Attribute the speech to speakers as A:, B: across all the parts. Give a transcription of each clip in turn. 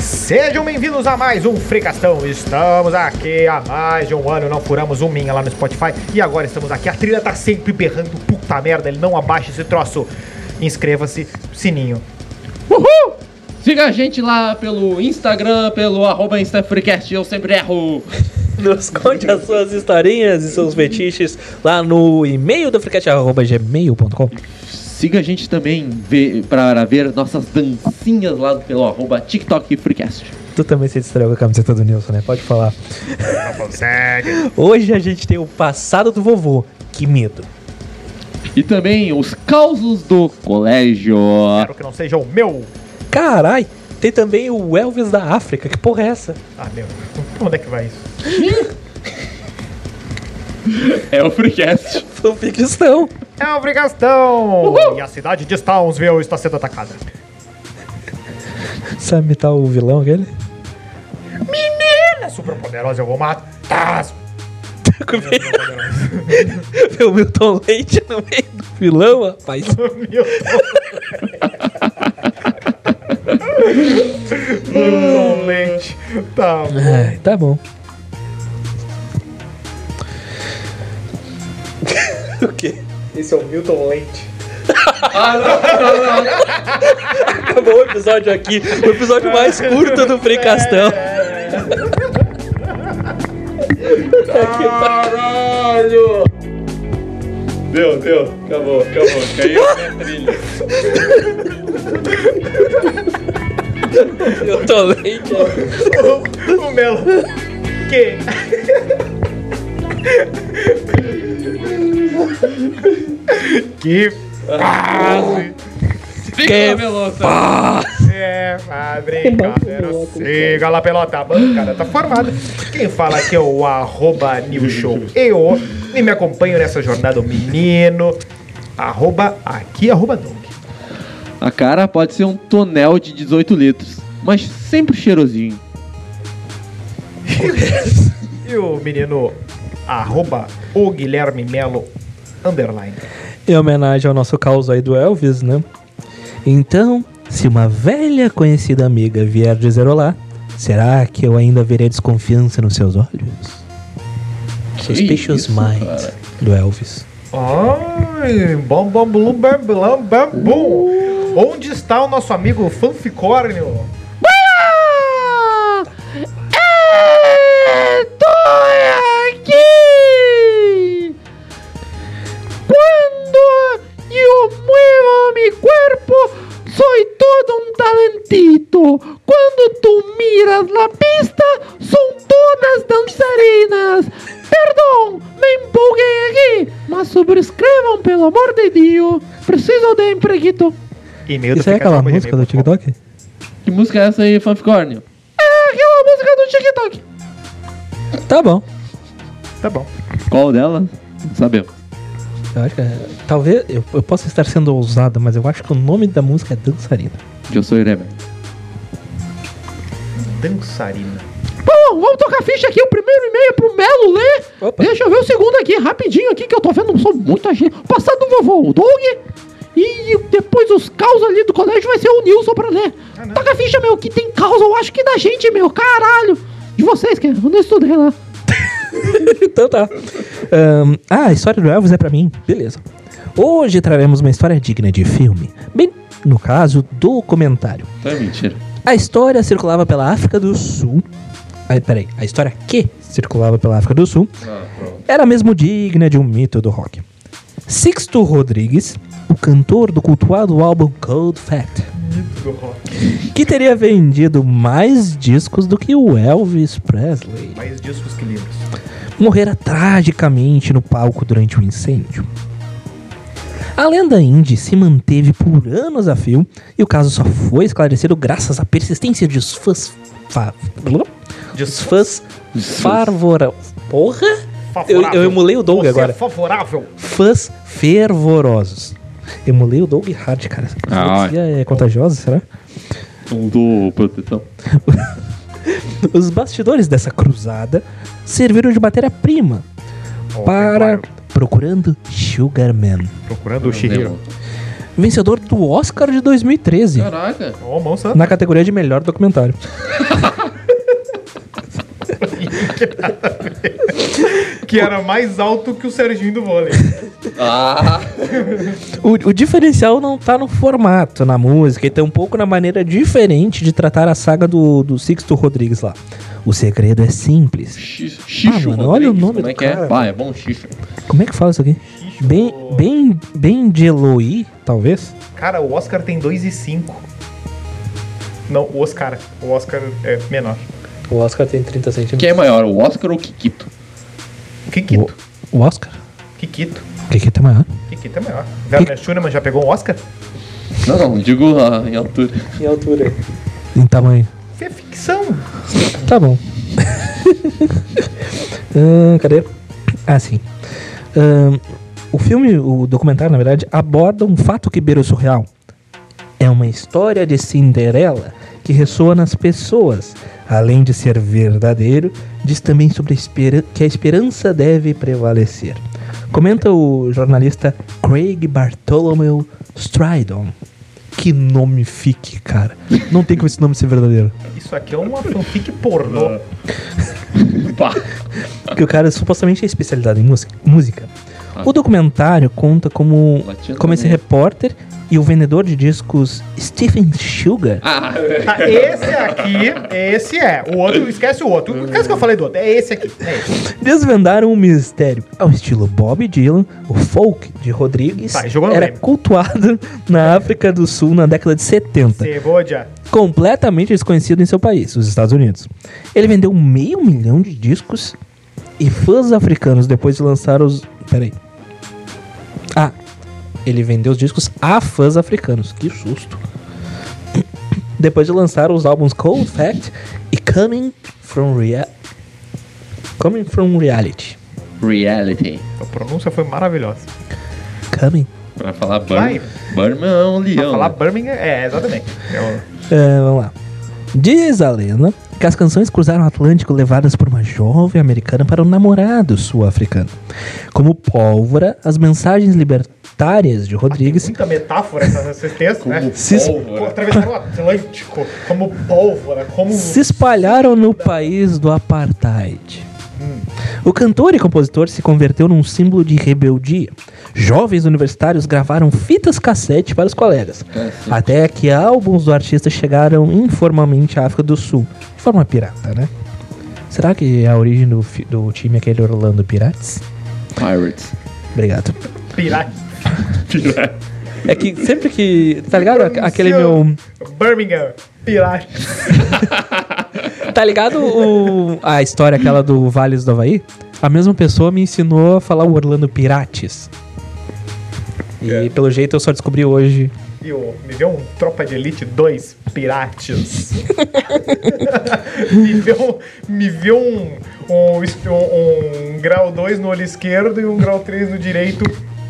A: Sejam bem-vindos a mais um Fricastão. Estamos aqui há mais de um ano, não furamos um minha lá no Spotify e agora estamos aqui. A trilha tá sempre berrando, puta merda, ele não abaixa esse troço. Inscreva-se, sininho.
B: Uhul! Siga a gente lá pelo Instagram, pelo arroba InstaFreecast, eu sempre erro.
C: Nos conte as suas historinhas e seus fetiches lá no e-mail do fricate.gmail.com.
B: Siga a gente também vê, para ver nossas dancinhas lá pelo arroba TikTok Freecast.
C: Tu também se distraiu com a camiseta do Nilson, né? Pode falar.
A: Não consegue.
C: Hoje a gente tem o passado do vovô. Que medo.
B: E também os causos do colégio.
A: Espero que não seja o meu.
C: Carai, tem também o Elvis da África. Que porra é essa?
A: Ah, meu. Onde é que vai isso?
B: É o Freecast.
C: Foi um cristão.
A: É o Fricastão. E a cidade de Stownsville está sendo atacada.
C: Sabe imitar o vilão aquele?
A: Menina super poderosa, é eu vou matar as...
C: Meu Milton Leite no meio do vilão, rapaz.
A: Meu Deus. Hum, Leite. Tá bom.
C: Ai, tá bom. o quê?
A: Esse é o Milton Leite.
C: Acabou o episódio aqui. O episódio mais curto do Fricastão.
B: Caralho! Deu, deu. Acabou, acabou. Caiu a minha trilha.
C: Eu tô leite.
A: O Melo. Que? que fase.
B: Fica
C: Que
B: na pelota.
A: É a brincadeira. Siga lá pelota. A bancada tá formada. Quem fala aqui é o arroba new show eu. E me acompanho nessa jornada, o menino. Arroba aqui, arroba Doug.
B: A cara pode ser um tonel de 18 litros, mas sempre cheirosinho.
A: E o menino, arroba o Guilherme Melo, underline.
C: Em homenagem ao nosso caos aí do Elvis, né? Então, se uma velha conhecida amiga vier dizer olá, será que eu ainda verei desconfiança nos seus olhos? Suspicious
B: isso,
C: Mind
B: cara?
C: do Elvis.
A: Ai, bom, bom, blum, bam, blam, bam, bum. Onde está o nosso amigo fanficórnio?
B: Estou aqui! Quando eu muevo mi corpo, sou todo um talentito. Quando tu miras na pista, são todas dançarinas. Perdão, me empolguei aqui, mas sobrescrevam, pelo amor de Deus. Preciso de empreguito.
A: E-mail
C: Isso é aquela
A: fricastão,
C: música do
A: gmail.com.
C: TikTok?
B: Que música é essa aí, Fanficórnio? É aquela música do TikTok.
C: Tá bom.
A: Tá bom.
B: Qual dela? Sabemos.
C: Eu acho que é- Talvez eu, eu possa estar sendo ousado, mas eu acho que o nome da música é Dançarina.
B: Eu sou Irene.
A: Dançarina.
B: Bom, vamos tocar ficha aqui. O primeiro e-mail é pro Melo ler.
C: Opa.
B: Deixa eu ver o segundo aqui, rapidinho aqui, que eu tô vendo só muita gente. O Passado do vovô, o Doug. E depois os caos ali do colégio vai ser o Nilson pra ler.
A: Ah, não.
B: Toca ficha, meu, que tem caos, eu acho que da gente, meu. Caralho. De vocês, que eu não estudei lá.
C: então tá. Ahn, ah, a história do Elvis é pra mim. Beleza. Hoje traremos uma história digna de filme. Bem, no caso, documentário.
D: Então
B: Tá
D: é
B: mentira.
C: A história circulava pela África do Sul. Ai, peraí, a história que circulava pela África do Sul era mesmo digna de um mito do rock. Sixto Rodrigues, o cantor do cultuado álbum Cold Fact,
A: Do rock.
C: que teria vendido mais discos do que o Elvis Presley,
A: Mais discos que livros.
C: morrera tragicamente no palco durante um incêndio. A lenda indie se manteve por anos a fio e o caso só foi esclarecido graças à persistência de os fãs. fa- os fãs fervorosos. Porra! Eu, eu emulei o Doug
A: Você
C: agora.
A: É favorável.
C: Fãs fervorosos. Emulei o Doug Hard, cara. Essa
B: Ah,
C: dislexia é contagiosa, será?
D: Um
B: Não dou proteção.
C: Os bastidores dessa cruzada serviram de matéria-prima
A: Ó,
C: para
A: agora,
C: Procurando Sugarman.
A: Procurando o Shihiro.
C: vencedor do Oscar de 2013,
D: Caraca.
A: Ô, mão santa.
C: na categoria de melhor documentário.
A: Que era mais alto que o Serginho do vôlei.
D: Ah,
C: O, o diferencial não tá no formato, na música, e tampouco na maneira diferente de tratar a saga do, do Sixto Rodrigues lá. O segredo é simples.
D: xixo. xixo
C: Ah, mano, olha o
D: Rodrigues,
C: nome
D: Como é
C: do
D: que
C: cara.
D: é? Pá, é bom xixo.
C: Como é que fala isso aqui? Bem, bem, bem de Eloy, talvez?
A: Cara, o Oscar tem 2,5. Não, o Oscar. O Oscar é menor.
C: O Oscar tem 30 centímetros.
D: Quem é maior, o Oscar ou o Kikito?
A: Kikito.
C: O Oscar?
A: Kikito.
C: O que que tá maior?
A: Kikito é maior. Werner Schunemann já pegou um Oscar?
D: Não, não, digo ah, em altura.
C: Em altura. Em tamanho.
A: Isso é ficção.
C: Tá bom. Ahn, cadê? Ah, sim. Ahn, o filme, o documentário, na verdade, aborda um fato que beira o surreal. É uma história de Cinderela que ressoa nas pessoas. Além de ser verdadeiro, diz também sobre a espera- que a esperança deve prevalecer. Comenta o jornalista Craig Bartholomew Stridon. Que nome fique, cara. Não tem como esse nome ser verdadeiro.
A: Isso aqui é uma fanfic pornô.
D: Pá.
C: Porque o cara supostamente é especializado em música. música. O documentário conta como,
D: Ah. Latino
C: como esse
D: também.
C: repórter e o vendedor de discos Stephen Sugar.
D: Ah,
A: Tá, esse aqui, esse é. O outro, esquece o outro. Esquece que eu falei do outro. É esse aqui. É esse.
C: Desvendaram um mistério. Ao estilo Bob Dylan, o folk de Rodrigues
A: Tá, jogou no
C: era
A: Grêmio.
C: cultuado na África do Sul na década de 70,
A: Cevodia.
C: completamente desconhecido em seu país, os Estados Unidos. Ele vendeu meio milhão de discos e fãs africanos depois de lançar os. Peraí. Ah, ele vendeu os discos a fãs africanos. Que susto. Depois de lançar os álbuns Cold Fact e Coming From Rea Coming From Reality.
D: reality.
A: A pronúncia foi maravilhosa.
C: Coming.
D: Pra falar
A: Vai.
D: Burma. Burma é um
A: Pra
D: leão.
A: falar
D: né?
A: Birmingham, é, exatamente. É o-
C: É, vamos lá. Diz a lenda que as canções cruzaram o Atlântico levadas por uma jovem americana para um namorado sul-africano. Como pólvora, as mensagens libertárias de Rodrigues
A: muita metáfora essa- esses textos, né?
D: Como
C: Se-
A: Pô,
D: pólvora.
A: Atravessaram o Atlântico como pólvora, como.
C: se espalharam no país do apartheid. O cantor e compositor se converteu num símbolo de rebeldia. Jovens universitários gravaram fitas cassete para os colegas, até que álbuns do artista chegaram informalmente à África do Sul, de forma pirata, né? Será que é a origem do, fi- do time aquele Orlando Pirates?
D: Pirates.
C: Obrigado.
A: Pirata.
C: É que sempre que. Tá ligado? Aque- Aquele
A: Pronunciou.
C: meu.
A: Birmingham, pirata.
C: Tá ligado o, a história aquela do Vales do Havaí? A mesma pessoa me ensinou a falar o Orlando Pirates. E pelo jeito eu só descobri hoje.
A: E o, me deu um Tropa de Elite 2, Pirates. me deu, me deu um, um, es- um- um grau 2 no olho esquerdo e um grau 3 no direito,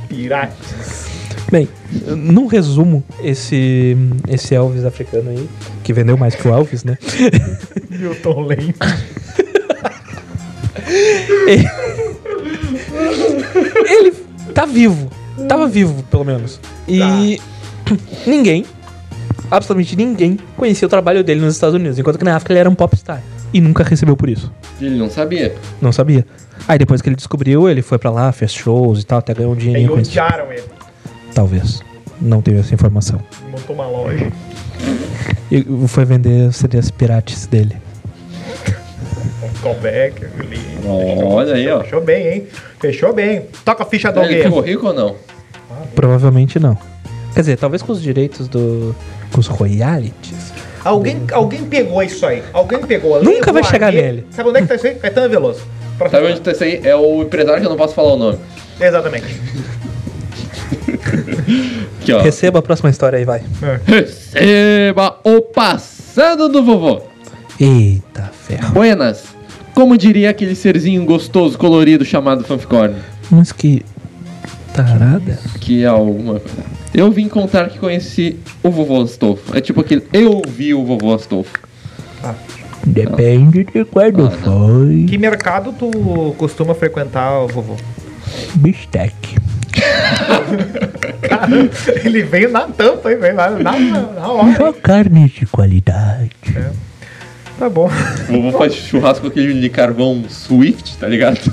A: Pirates.
C: Bem, num resumo, esse, esse Elvis africano aí, que vendeu mais que o Elvis, né?
A: Milton Lane.
C: Ele tá vivo. Tava vivo, pelo menos. E ninguém, absolutamente ninguém, conhecia o trabalho dele nos Estados Unidos, enquanto que na África ele era um popstar. E nunca recebeu por isso.
D: Ele não sabia.
C: Não sabia. Aí depois que ele descobriu, ele foi pra lá, fez shows e tal, até ganhou um
A: Aí
C: dinheirinho com isso.
A: odiaram ele.
C: Talvez. Não teve essa informação.
A: Montou uma loja.
C: E foi vender os CDs pirates dele.
A: Um callback. Ele,
D: Olha aí, ó.
A: Fechou bem, hein? Fechou bem. Toca a ficha do
D: Ele
A: alguém.
D: ficou rico ou não?
C: Provavelmente não. Quer dizer, talvez com os direitos do. com os royalties.
A: Alguém, alguém pegou isso aí. Alguém pegou.
C: Nunca
A: levou
C: vai chegar
A: aqui.
C: nele.
A: Sabe onde é que tá isso aí? Caetano Veloso. Pra
D: Sabe onde tá isso aí? É o empresário que eu não posso falar o nome.
A: Exatamente.
D: Aqui, ó.
C: Receba a próxima história aí, vai.
D: Receba o passado do vovô.
C: Eita ferro.
D: Buenas. Como diria aquele serzinho gostoso, colorido, chamado Fanficorn?
C: Mas que. tarada.
D: Que é alguma coisa. Eu vim contar que conheci o vovô Astolfo. É tipo aquele... Eu vi o vovô Astolfo.
C: Depende de quando
D: Ah,
C: foi.
A: Que mercado tu costuma frequentar, vovô?
C: Bistec.
A: Cara, ele veio na tampa, hein? Veio na, na, na hora.
C: Só carne de qualidade.
A: Tá bom.
D: Vovô faz churrasco com aquele de carvão Swift, tá ligado?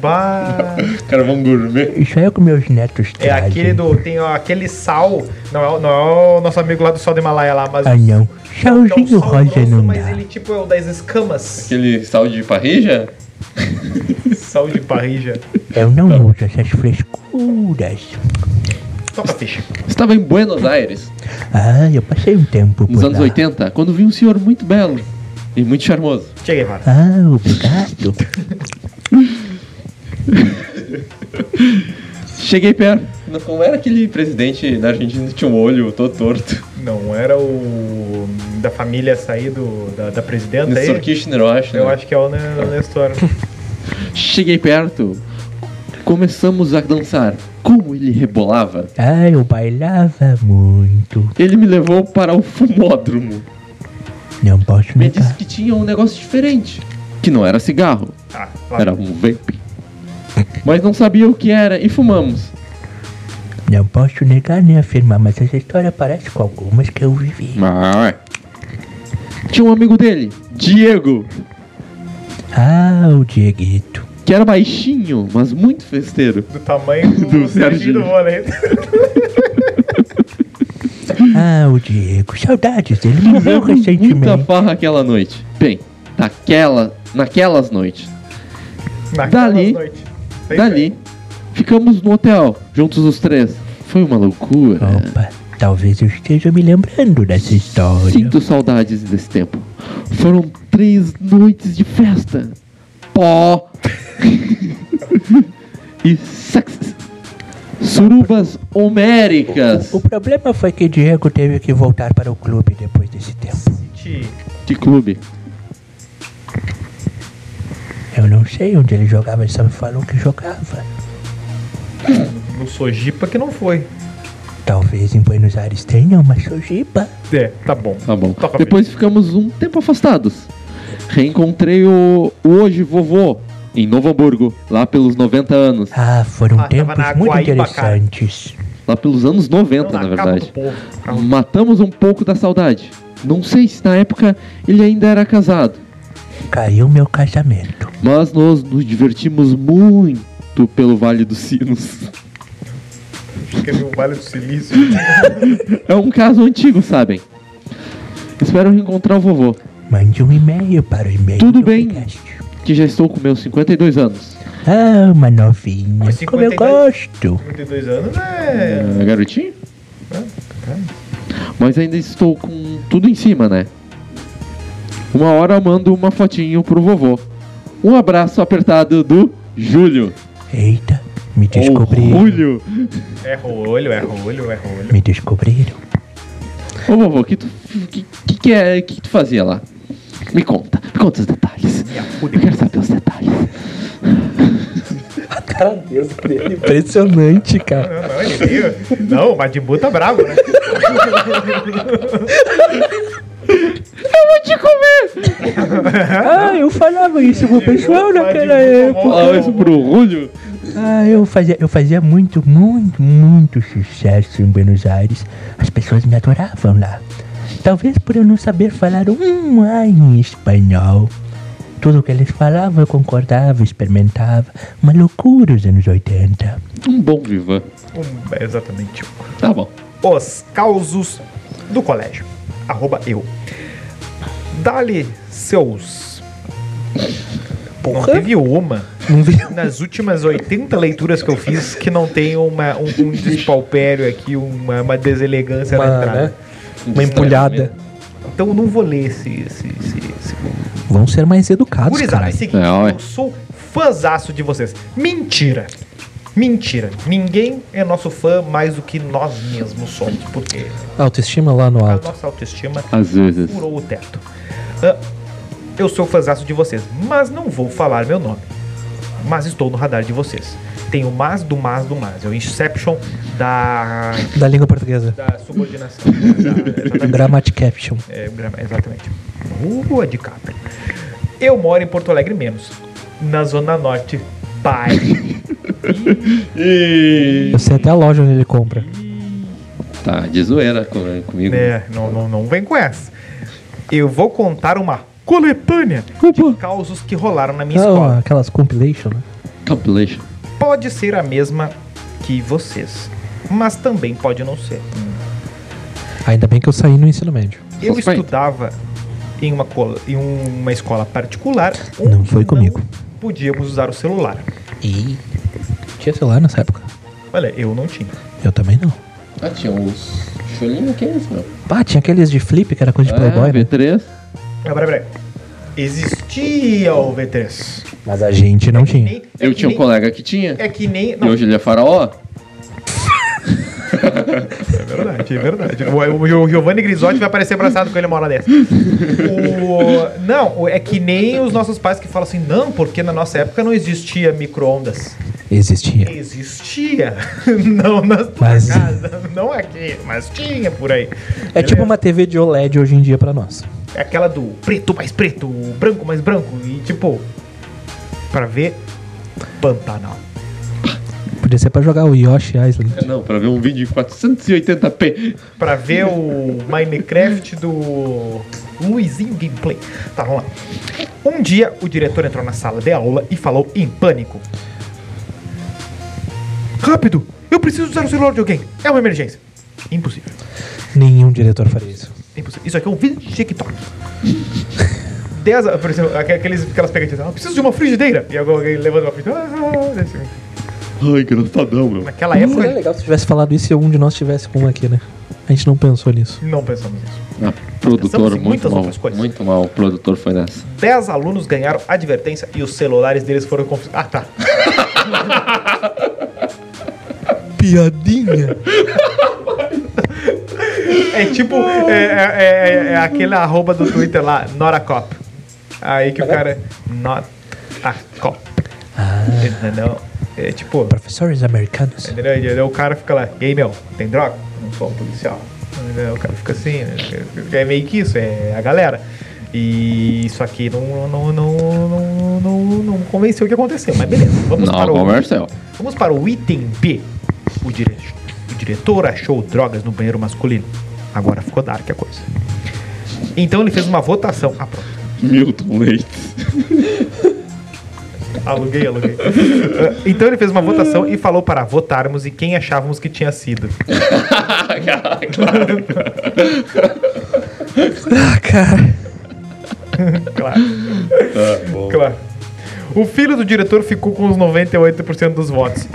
A: Bah.
D: Carvão gourmet.
C: Isso aí é o que meus netos
A: É
C: trazem.
A: aquele do. Tem ó, aquele sal. Não é, o- não é o nosso amigo lá do Sal do Himalaia lá, mas.
C: Ah, não.
A: que é
C: Salzinho
A: um sal
C: rosa
A: grosso,
C: não
A: mas
C: dá.
A: ele tipo é o das escamas.
D: Aquele sal de parrija?
A: sal de parrija.
C: Eu
D: Tá
C: não uso essas frescuras.
A: Toca ficha.
D: Estava em Buenos Aires,
C: Ah, eu passei um tempo por
D: nos anos
C: lá.
D: 80, quando vi um senhor muito belo e muito charmoso.
A: Cheguei, Guevara.
C: Ah, obrigado.
D: Cheguei perto. Não era aquele presidente da Argentina que tinha um olho todo torto.
A: Não era o. da família sair do, da, da presidenta
D: Nestor
A: aí?
D: Kirchner, eu acho.
A: Eu
D: né?
A: acho que é o Ne- o Nestor.
D: Cheguei perto. Começamos a dançar. Como ele rebolava.
C: Ah, eu bailava muito.
D: Ele me levou para o fumódromo.
C: Não posso
D: Me disse
C: negar.
D: que tinha um negócio diferente. Que não era cigarro,
A: Ah, lá-
D: era um vape. Mas não sabia o que era e fumamos.
C: Não posso negar nem afirmar, mas essa história parece com algumas que eu vivi.
D: Tinha um amigo dele, Diego,
C: Ah, o Dieguito.
D: que era baixinho, mas muito festeiro.
A: do tamanho do,
D: Do
A: do Serginho
D: Serginho.
A: do vôlei.
C: Ah, o Diego. Saudades dele. Morreu
D: Fizemos muita
C: recentemente.
D: farra aquela noite. Bem, naquela, naquelas noites.
A: Naquelas
D: Dali-
A: noites. Bem
D: Dali, ficamos no hotel, juntos os três. Foi uma loucura.
C: Opa, talvez eu esteja me lembrando dessa história.
D: Sinto saudades desse tempo. Foram três noites de festa. Pó. e sexo. Surubas homéricas.
C: O problema foi que Diego teve que voltar para o clube depois desse tempo.
A: feito.
D: Que clube.
C: Eu não sei onde ele jogava, ele só me falou que jogava.
A: No Sojipa que não foi.
C: Talvez em Buenos Aires tenha uma sojiba.
A: É, tá bom.
D: Tá bom.
A: Toca,
D: Depois ficamos um tempo afastados. Reencontrei o, o hoje vovô em Novo Hamburgo, lá pelos 90 anos.
C: Ah, foram
A: Ah, tava
C: tempos
A: na
C: muito
A: Guaíba, cara.
C: interessantes.
D: Lá pelos anos 90,
A: Não,
D: na
A: capa do
D: verdade.
A: povo.
D: Matamos um pouco da saudade. Não sei se na época ele ainda era casado.
C: Caiu meu casamento.
D: Mas nós nos divertimos muito pelo Vale dos Sinos.
A: Escreveu o Vale do Silício.
D: É um caso antigo, sabem? Espero reencontrar o vovô,
C: Mande um e-mail para o e-mail.
D: Tudo
C: do
D: bem.
C: podcast.
D: que já estou com meus 52 anos.
C: Ah, uma novinha.
A: Mas
C: Como eu
A: 52
C: gosto.
A: 32 anos é.
D: É, garotinho? É, Mas ainda estou com tudo em cima, né? Uma hora eu mando uma fotinho pro vovô. Um abraço apertado do Júlio.
C: Eita, me
D: Ou
C: descobriram.
D: Julio.
A: Erra o olho, erra o olho, erra o olho.
C: Me descobriram.
D: Ô vovô, o que tu, que, que, que é, que que tu fazia lá? Me conta, me conta os detalhes. Eu quero saber os detalhes.
C: Ah, Cara, Deus dele. Impressionante, cara.
A: Não, não, ele veio. Não, o Majin Buu tá bravo, né?
C: Ah, eu falava isso pro pessoal naquela
A: Majin Buu tomou-
C: época.
D: Falar isso pro Julio.
C: Ah, eu fazia, eu fazia muito, muito, muito sucesso em Buenos Aires. As pessoas me adoravam lá. Talvez por eu não saber falar um ai em espanhol. Tudo que eles falavam eu concordava, experimentava. Uma loucura os anos 80.
D: Um bom vivan.
A: Um- é exatamente.
D: Tá bom.
A: Os causos do colégio. Arroba eu. Dá-lhe seus. Não teve uma nas últimas 80 leituras que eu fiz que não tem uma, um, um despalpério aqui, uma, uma deselegância na entrada.
C: Ah, né? Uma empulhada.
A: Então eu não vou ler esse. esse, esse, esse...
C: Vão ser mais educados,
A: Gurizada, é o
C: caralho.
A: seguinte,
D: É, ué.
A: eu sou fãzaço de vocês. Mentira! Mentira! Ninguém é nosso fã mais do que nós mesmos somos, porque
C: Autoestima lá no
A: a
C: alto.
A: nossa autoestima
D: Às vezes.
A: furou o teto. Ah, eu sou fãzaço de vocês, mas não vou falar meu nome. Mas estou no radar de vocês. Tem o mas do mas do mas. É o Inception da,
C: Da língua portuguesa.
A: da subordinação. Da- exatamente.
C: Grammatic Caption.
A: É, grama- exatamente. Rua de Capra. Eu moro em Porto Alegre menos, na Zona Norte. Pai.
C: Eu sei até a loja onde ele compra.
D: Tá de zoeira com- comigo.
A: né? Não, não, não vem com essa. Eu vou contar uma coletânea de causos que rolaram na minha
C: Ah,
A: escola.
C: aquelas compilation, né?
D: Compilation.
A: Pode ser a mesma que vocês, mas também pode não ser.
C: Ainda bem que eu saí no ensino médio.
A: Eu
D: Suspeito.
A: estudava em uma, cola- em uma escola particular
C: Não foi comigo.
A: podíamos usar o celular.
C: E tinha celular nessa época?
A: Olha, eu não tinha.
C: Eu também não.
D: Ah, tinha uns cholinhos que é isso, meu?
C: Ah, tinha aqueles de flip que era coisa de
D: Ah,
C: playboy, né?
D: V3.
A: Ah, peraí, peraí. Existia o V3.
C: Mas a gente não tinha.
A: Nem- é
D: Eu
A: que
D: tinha um
A: nem-
D: colega que tinha.
A: É que nem.
D: E
A: Não,
D: hoje ele é faraó.
A: é verdade, é verdade. O, o, o Giovanni Grisotti vai aparecer abraçado com ele uma hora dessa. O- não, o- é que nem os nossos pais que falam assim: não, porque na nossa época não existia micro-ondas.
C: Existia.
A: Existia. Não na tua
C: Mas-
A: casa, não aqui, mas tinha por aí.
C: É tipo uma TV de OLED hoje em dia pra nós.
A: É aquela do preto mais preto, branco mais branco, e tipo, pra ver Pantanal.
C: Podia ser pra jogar o Yoshi Island.
D: É, Não, pra ver um vídeo em 480p.
A: Pra ver o Minecraft do Luizinho Gameplay. Tá, vamos lá. Um dia, o diretor entrou na sala de aula e falou em pânico. Rápido! Eu preciso usar o celular de alguém. É uma emergência. Impossível.
C: Nenhum diretor faria isso.
A: Impossível. Isso aqui é um vídeo de TikTok. Dez, por exemplo, aqu- aqueles, aquelas pegadinhas. Ah, preciso de uma frigideira. E alguém levanta uma frigideira. Ah, assim.
D: Ai, engraçadão, meu.
A: Naquela
C: Seria
A: época,
C: Hum, é legal se tivesse falado isso e um de nós tivesse com um aqui, né? A gente não pensou nisso.
A: não pensamos nisso.
D: Ah, produtor,
A: Pensamos em
D: muito
A: muitas
D: mal.
A: outras coisas.
D: Muito mal, o produtor foi nessa.
A: Dez alunos ganharam advertência e os celulares deles foram confiscados. Ah, tá.
C: Piadinha!
A: É tipo, é, é- é- é aquele arroba do Twitter lá, not a cop. Aí que o cara, é, not a cop. Entendeu? É tipo,
C: Professores americanos.
A: entendeu? E aí né? o cara fica lá, e aí, meu, tem droga? Não sou um policial. Entendeu? O cara fica assim, né? é meio que isso, é a galera. E isso aqui não, não, não, não, não, não convenceu o que aconteceu, mas beleza. Vamos
D: Não,
A: para o
D: Marcel.
A: Vamos para o item B. O, dire... o diretor achou drogas no banheiro masculino. Agora ficou dark a coisa. Então ele fez uma votação. Ah, pronto.
D: Milton Leite.
A: Aluguei, aluguei. Ah, então ele fez uma votação e falou para votarmos e quem achávamos que tinha sido.
C: Ah, cara.
A: Claro. Claro. O filho do diretor ficou com os 98% dos votos.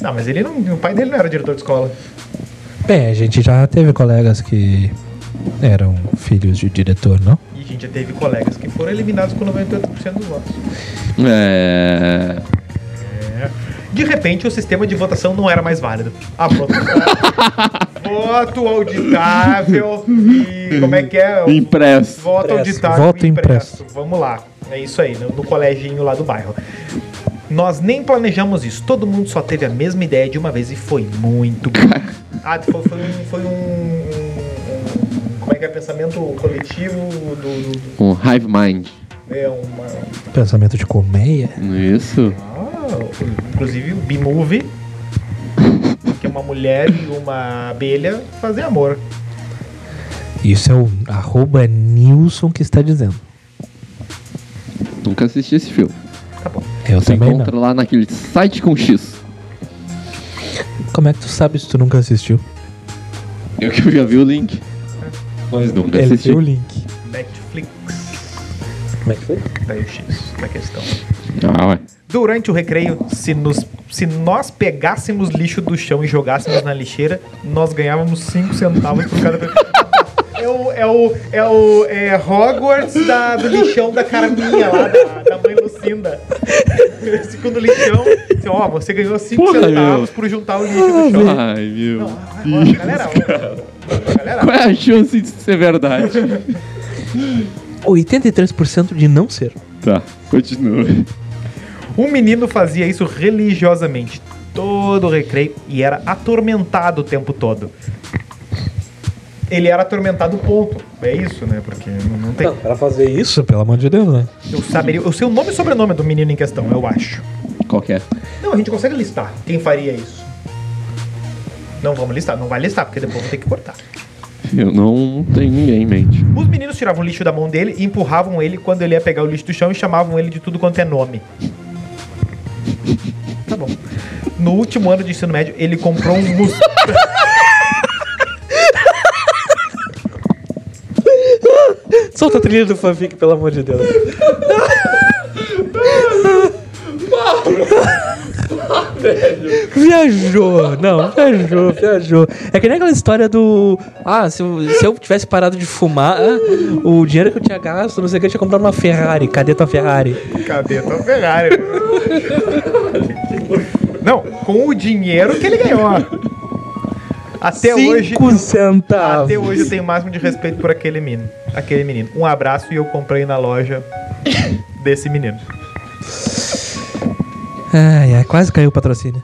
A: Não, mas ele não. O pai dele não era diretor de escola.
C: Bem, a gente já teve colegas que eram filhos de diretor, não?
A: E a gente já teve colegas que foram eliminados com 98% dos votos.
D: É.
A: De repente, o sistema de votação não era mais válido. Ah, pronto. voto auditável e como é que é?
D: Impresso.
A: Voto
C: Impresso.
A: auditável
C: Voto
A: e impresso. Vamos lá. É isso aí, no, no coleginho lá do bairro. Nós nem planejamos isso. Todo mundo só teve a mesma ideia de uma vez e foi muito bom. Ah, foi, foi um... Foi um, um- um- como é que é? Pensamento coletivo do... do-
D: Com Hive Mind.
A: é uma,
C: Pensamento de colmeia.
D: Isso.
A: Ah, inclusive o B-Movie, que é uma mulher e uma abelha fazem amor.
C: Isso é o arroba Nilson que está dizendo.
D: Nunca assisti esse filme.
A: Tá bom.
C: Eu
D: Você
C: também
D: encontra lá naquele site com X.
C: não. Como é que tu sabe se tu nunca assistiu?
D: Eu que já vi o link. Mas nunca
C: Ele
D: assisti.
C: viu o link.
A: Netflix.
C: Como é que foi?
A: Daí o X na questão.
D: Ah, ué.
A: Durante o recreio, se, nos, se nós pegássemos lixo do chão e jogássemos na lixeira, nós ganhávamos 5 centavos por cada pessoa. É o, é o, é o é Hogwarts da- do lixão da Carminha lá, da, da mãe Lucinda. Eles ficam no lixão. assim, Ó, você ganhou 5
D: Porra,
A: centavos
D: meu.
A: por juntar o lixo do chão.
D: Ai, meu.
A: Agora, galera, ó, galera,
D: Qual é a chance de ser verdade?
C: 83% de não ser.
D: tá, continua.
A: um menino fazia isso religiosamente todo o recreio e era atormentado o tempo todo. Ele era atormentado, ponto. É isso, né? Porque não, não tem.
C: Para fazer isso, pelo amor de Deus, né?
A: Eu saberia. Eu sei o nome e sobrenome do menino em questão, eu acho.
D: Qual que é?
A: Não, a gente consegue listar quem faria isso. Não vamos listar, não vai listar, porque depois vou ter que cortar.
D: Eu não tenho ninguém em mente.
A: Os meninos tiravam o lixo da mão dele e empurravam ele quando ele ia pegar o lixo do chão e chamavam ele de tudo quanto é nome. Tá bom. No último ano de ensino médio, ele comprou um mus...
C: Solta a trilha do fanfic, pelo amor de Deus. Viajou, não, viajou, viajou. É que nem aquela história do. Ah, se, eu- se eu tivesse parado de fumar, ah, o dinheiro que eu tinha gasto, não sei o que, eu tinha comprado uma Ferrari. Cadê tua Ferrari?
A: Cadê tua Ferrari? Não, com o dinheiro que ele ganhou. Até hoje.
C: Cinco centavos.
A: Até hoje eu tenho o máximo de respeito por aquele menino. Aquele menino. Um abraço e eu comprei na loja desse menino.
C: Ai, ai, quase caiu o patrocínio.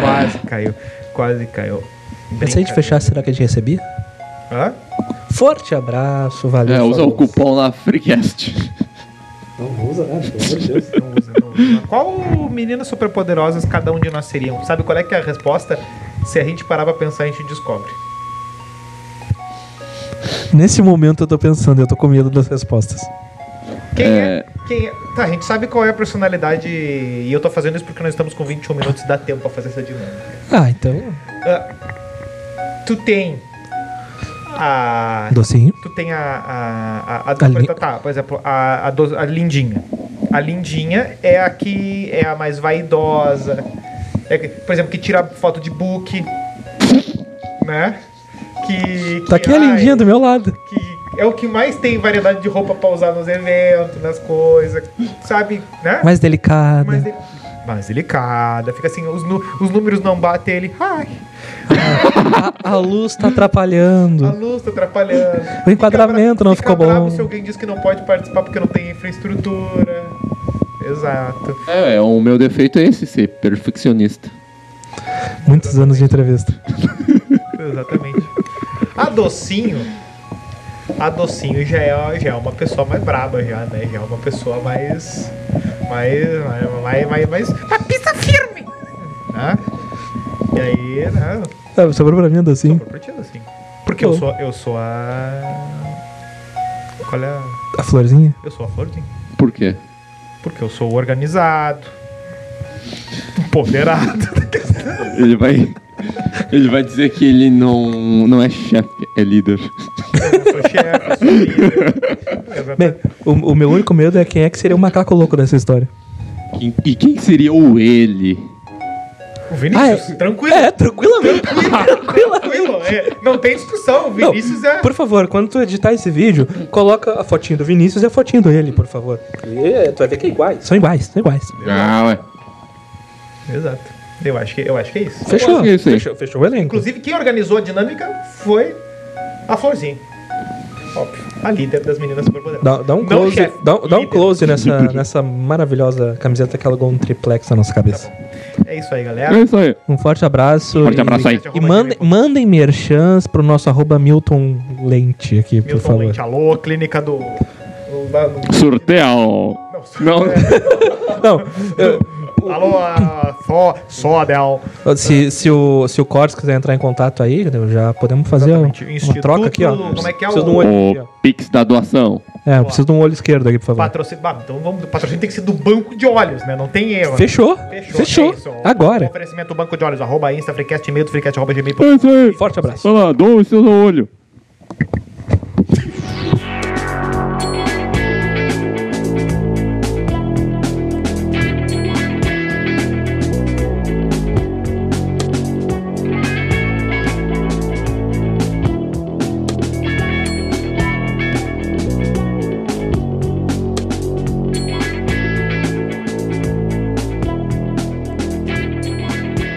A: Quase caiu. Quase caiu.
C: Mas se a gente fechasse, será que a gente recebia?
A: Hã?
C: Forte abraço, valeu.
D: É, usa o
C: falou.
D: cupom lá, FreeCast.
A: Não usa, não usa. Qual meninas superpoderosas cada um de nós seriam? Sabe qual é que é a resposta? Se a gente parar pra pensar, a gente descobre.
C: Nesse momento eu tô pensando, eu tô com medo das respostas.
A: Quem é.
D: É.
A: Quem é? Tá, a gente sabe qual é a personalidade. E eu tô fazendo isso porque nós estamos com 21 minutos e dá tempo pra fazer essa dinâmica.
C: Ah, então.
A: Tu tem. A.
C: Docinho.
A: Tu tem a. A. A. a,
C: A Lin-
A: tá, tá, por exemplo, a, a, do- a Lindinha. A Lindinha é a que é a mais vaidosa. É que, por exemplo, que tira foto de book. Né? Que. que
C: Tá aqui a
A: ai,
C: lindinha do meu lado.
A: Que é o que mais tem variedade de roupa pra usar nos eventos, nas coisas. Sabe? Né?
C: Mais delicada.
A: mais, deli- mais delicada. Fica assim, os, nu- os números não batem ele. Ai,
C: A, a luz tá
A: a
C: atrapalhando.
A: luz tá atrapalhando.
C: O enquadramento
A: Fica bra-
C: não
A: fica
C: ficou bom.
A: bravo Se alguém diz que não pode participar porque não tem infraestrutura. Exato.
D: É, é, o meu defeito é esse, ser perfeccionista.
C: Muitos anos de entrevista.
A: Exatamente. A Docinho. A Docinho já é, já é uma pessoa mais braba, já, né? Já é uma pessoa mais. Mais. Mais. Mais. mais, mais pista firme! Né? E aí, né?
C: Ah, sobrou pra mim, Docinho.
A: Sobrou pra ti, assim. Porque eu
C: Bom.
A: sou, eu sou a. Qual é a.
C: A florzinha?
A: Eu sou a Florzinha.
D: Por quê?
A: Porque eu sou organizado. Empoderado.
D: Ele vai. Ele vai dizer que ele não, não é chefe, é líder.
A: Eu sou chefe, eu sou líder.
C: Bem,
A: Exatamente.
C: o, o meu único medo é quem é que seria o macaco louco dessa história.
D: E- E quem seria o ele?
A: O Vinícius,
C: Ah, é.
A: tranquilo.
C: É, tranquilamente. tranquilamente.
A: Tranquilo, é. Não tem discussão. O
C: Não,
A: Vinícius é.
C: Por favor, quando tu editar esse vídeo, coloca a fotinha do Vinícius e a fotinha dele, por favor.
B: tu vai ver que é iguais.
C: São iguais, são iguais.
D: Ah, ué.
A: Exato. Eu acho, que, eu acho que é isso.
C: Fechou.
D: que é isso aí.
C: Fechou, fechou o elenco.
A: Inclusive, quem organizou a dinâmica foi a Florzinha. Óbvio. A líder das meninas superpoderosas.
C: Dá, dá um
A: Não,
C: close,
A: chefe,
C: dá, dá um
A: líder.
C: close nessa, nessa maravilhosa camiseta que alugou um triplex na nossa cabeça.
A: É isso aí,
D: É
A: galera.
D: isso aí.
C: Um forte abraço.
D: Forte
C: e-
D: abraço aí.
C: E mandem, mandem merchans pro nosso arroba Milton Lente aqui, por
A: Milton
C: favor.
A: Leite, alô, clínica do. do- da- do-
D: Sorteio! Não.
C: Não, eu-
A: Alô, a- só, só Abel.
C: se, se o, se o Cortes quiser entrar em contato aí, entendeu? já podemos fazer uma,
A: Exatamente. Instituto-
C: troca aqui, ó.
A: como é que é
C: preciso
A: o-
C: de um olho aqui, ó.
D: O Pix da doação.
C: É, eu preciso de um olho esquerdo aqui, por favor.
A: Patrocínio. Ah, então vamos. Patrocínio tem que ser do banco de olhos, né? Não tem erro.
C: Fechou.
A: Fechou.
C: Fechou.
A: É isso.
C: Agora.
A: Oferecimento banco de olhos, arroba insta, freecast, e-mail, freecast, arroba gmail.
D: É isso aí.
C: Forte abraço.
D: Vai lá, doa o seu olho.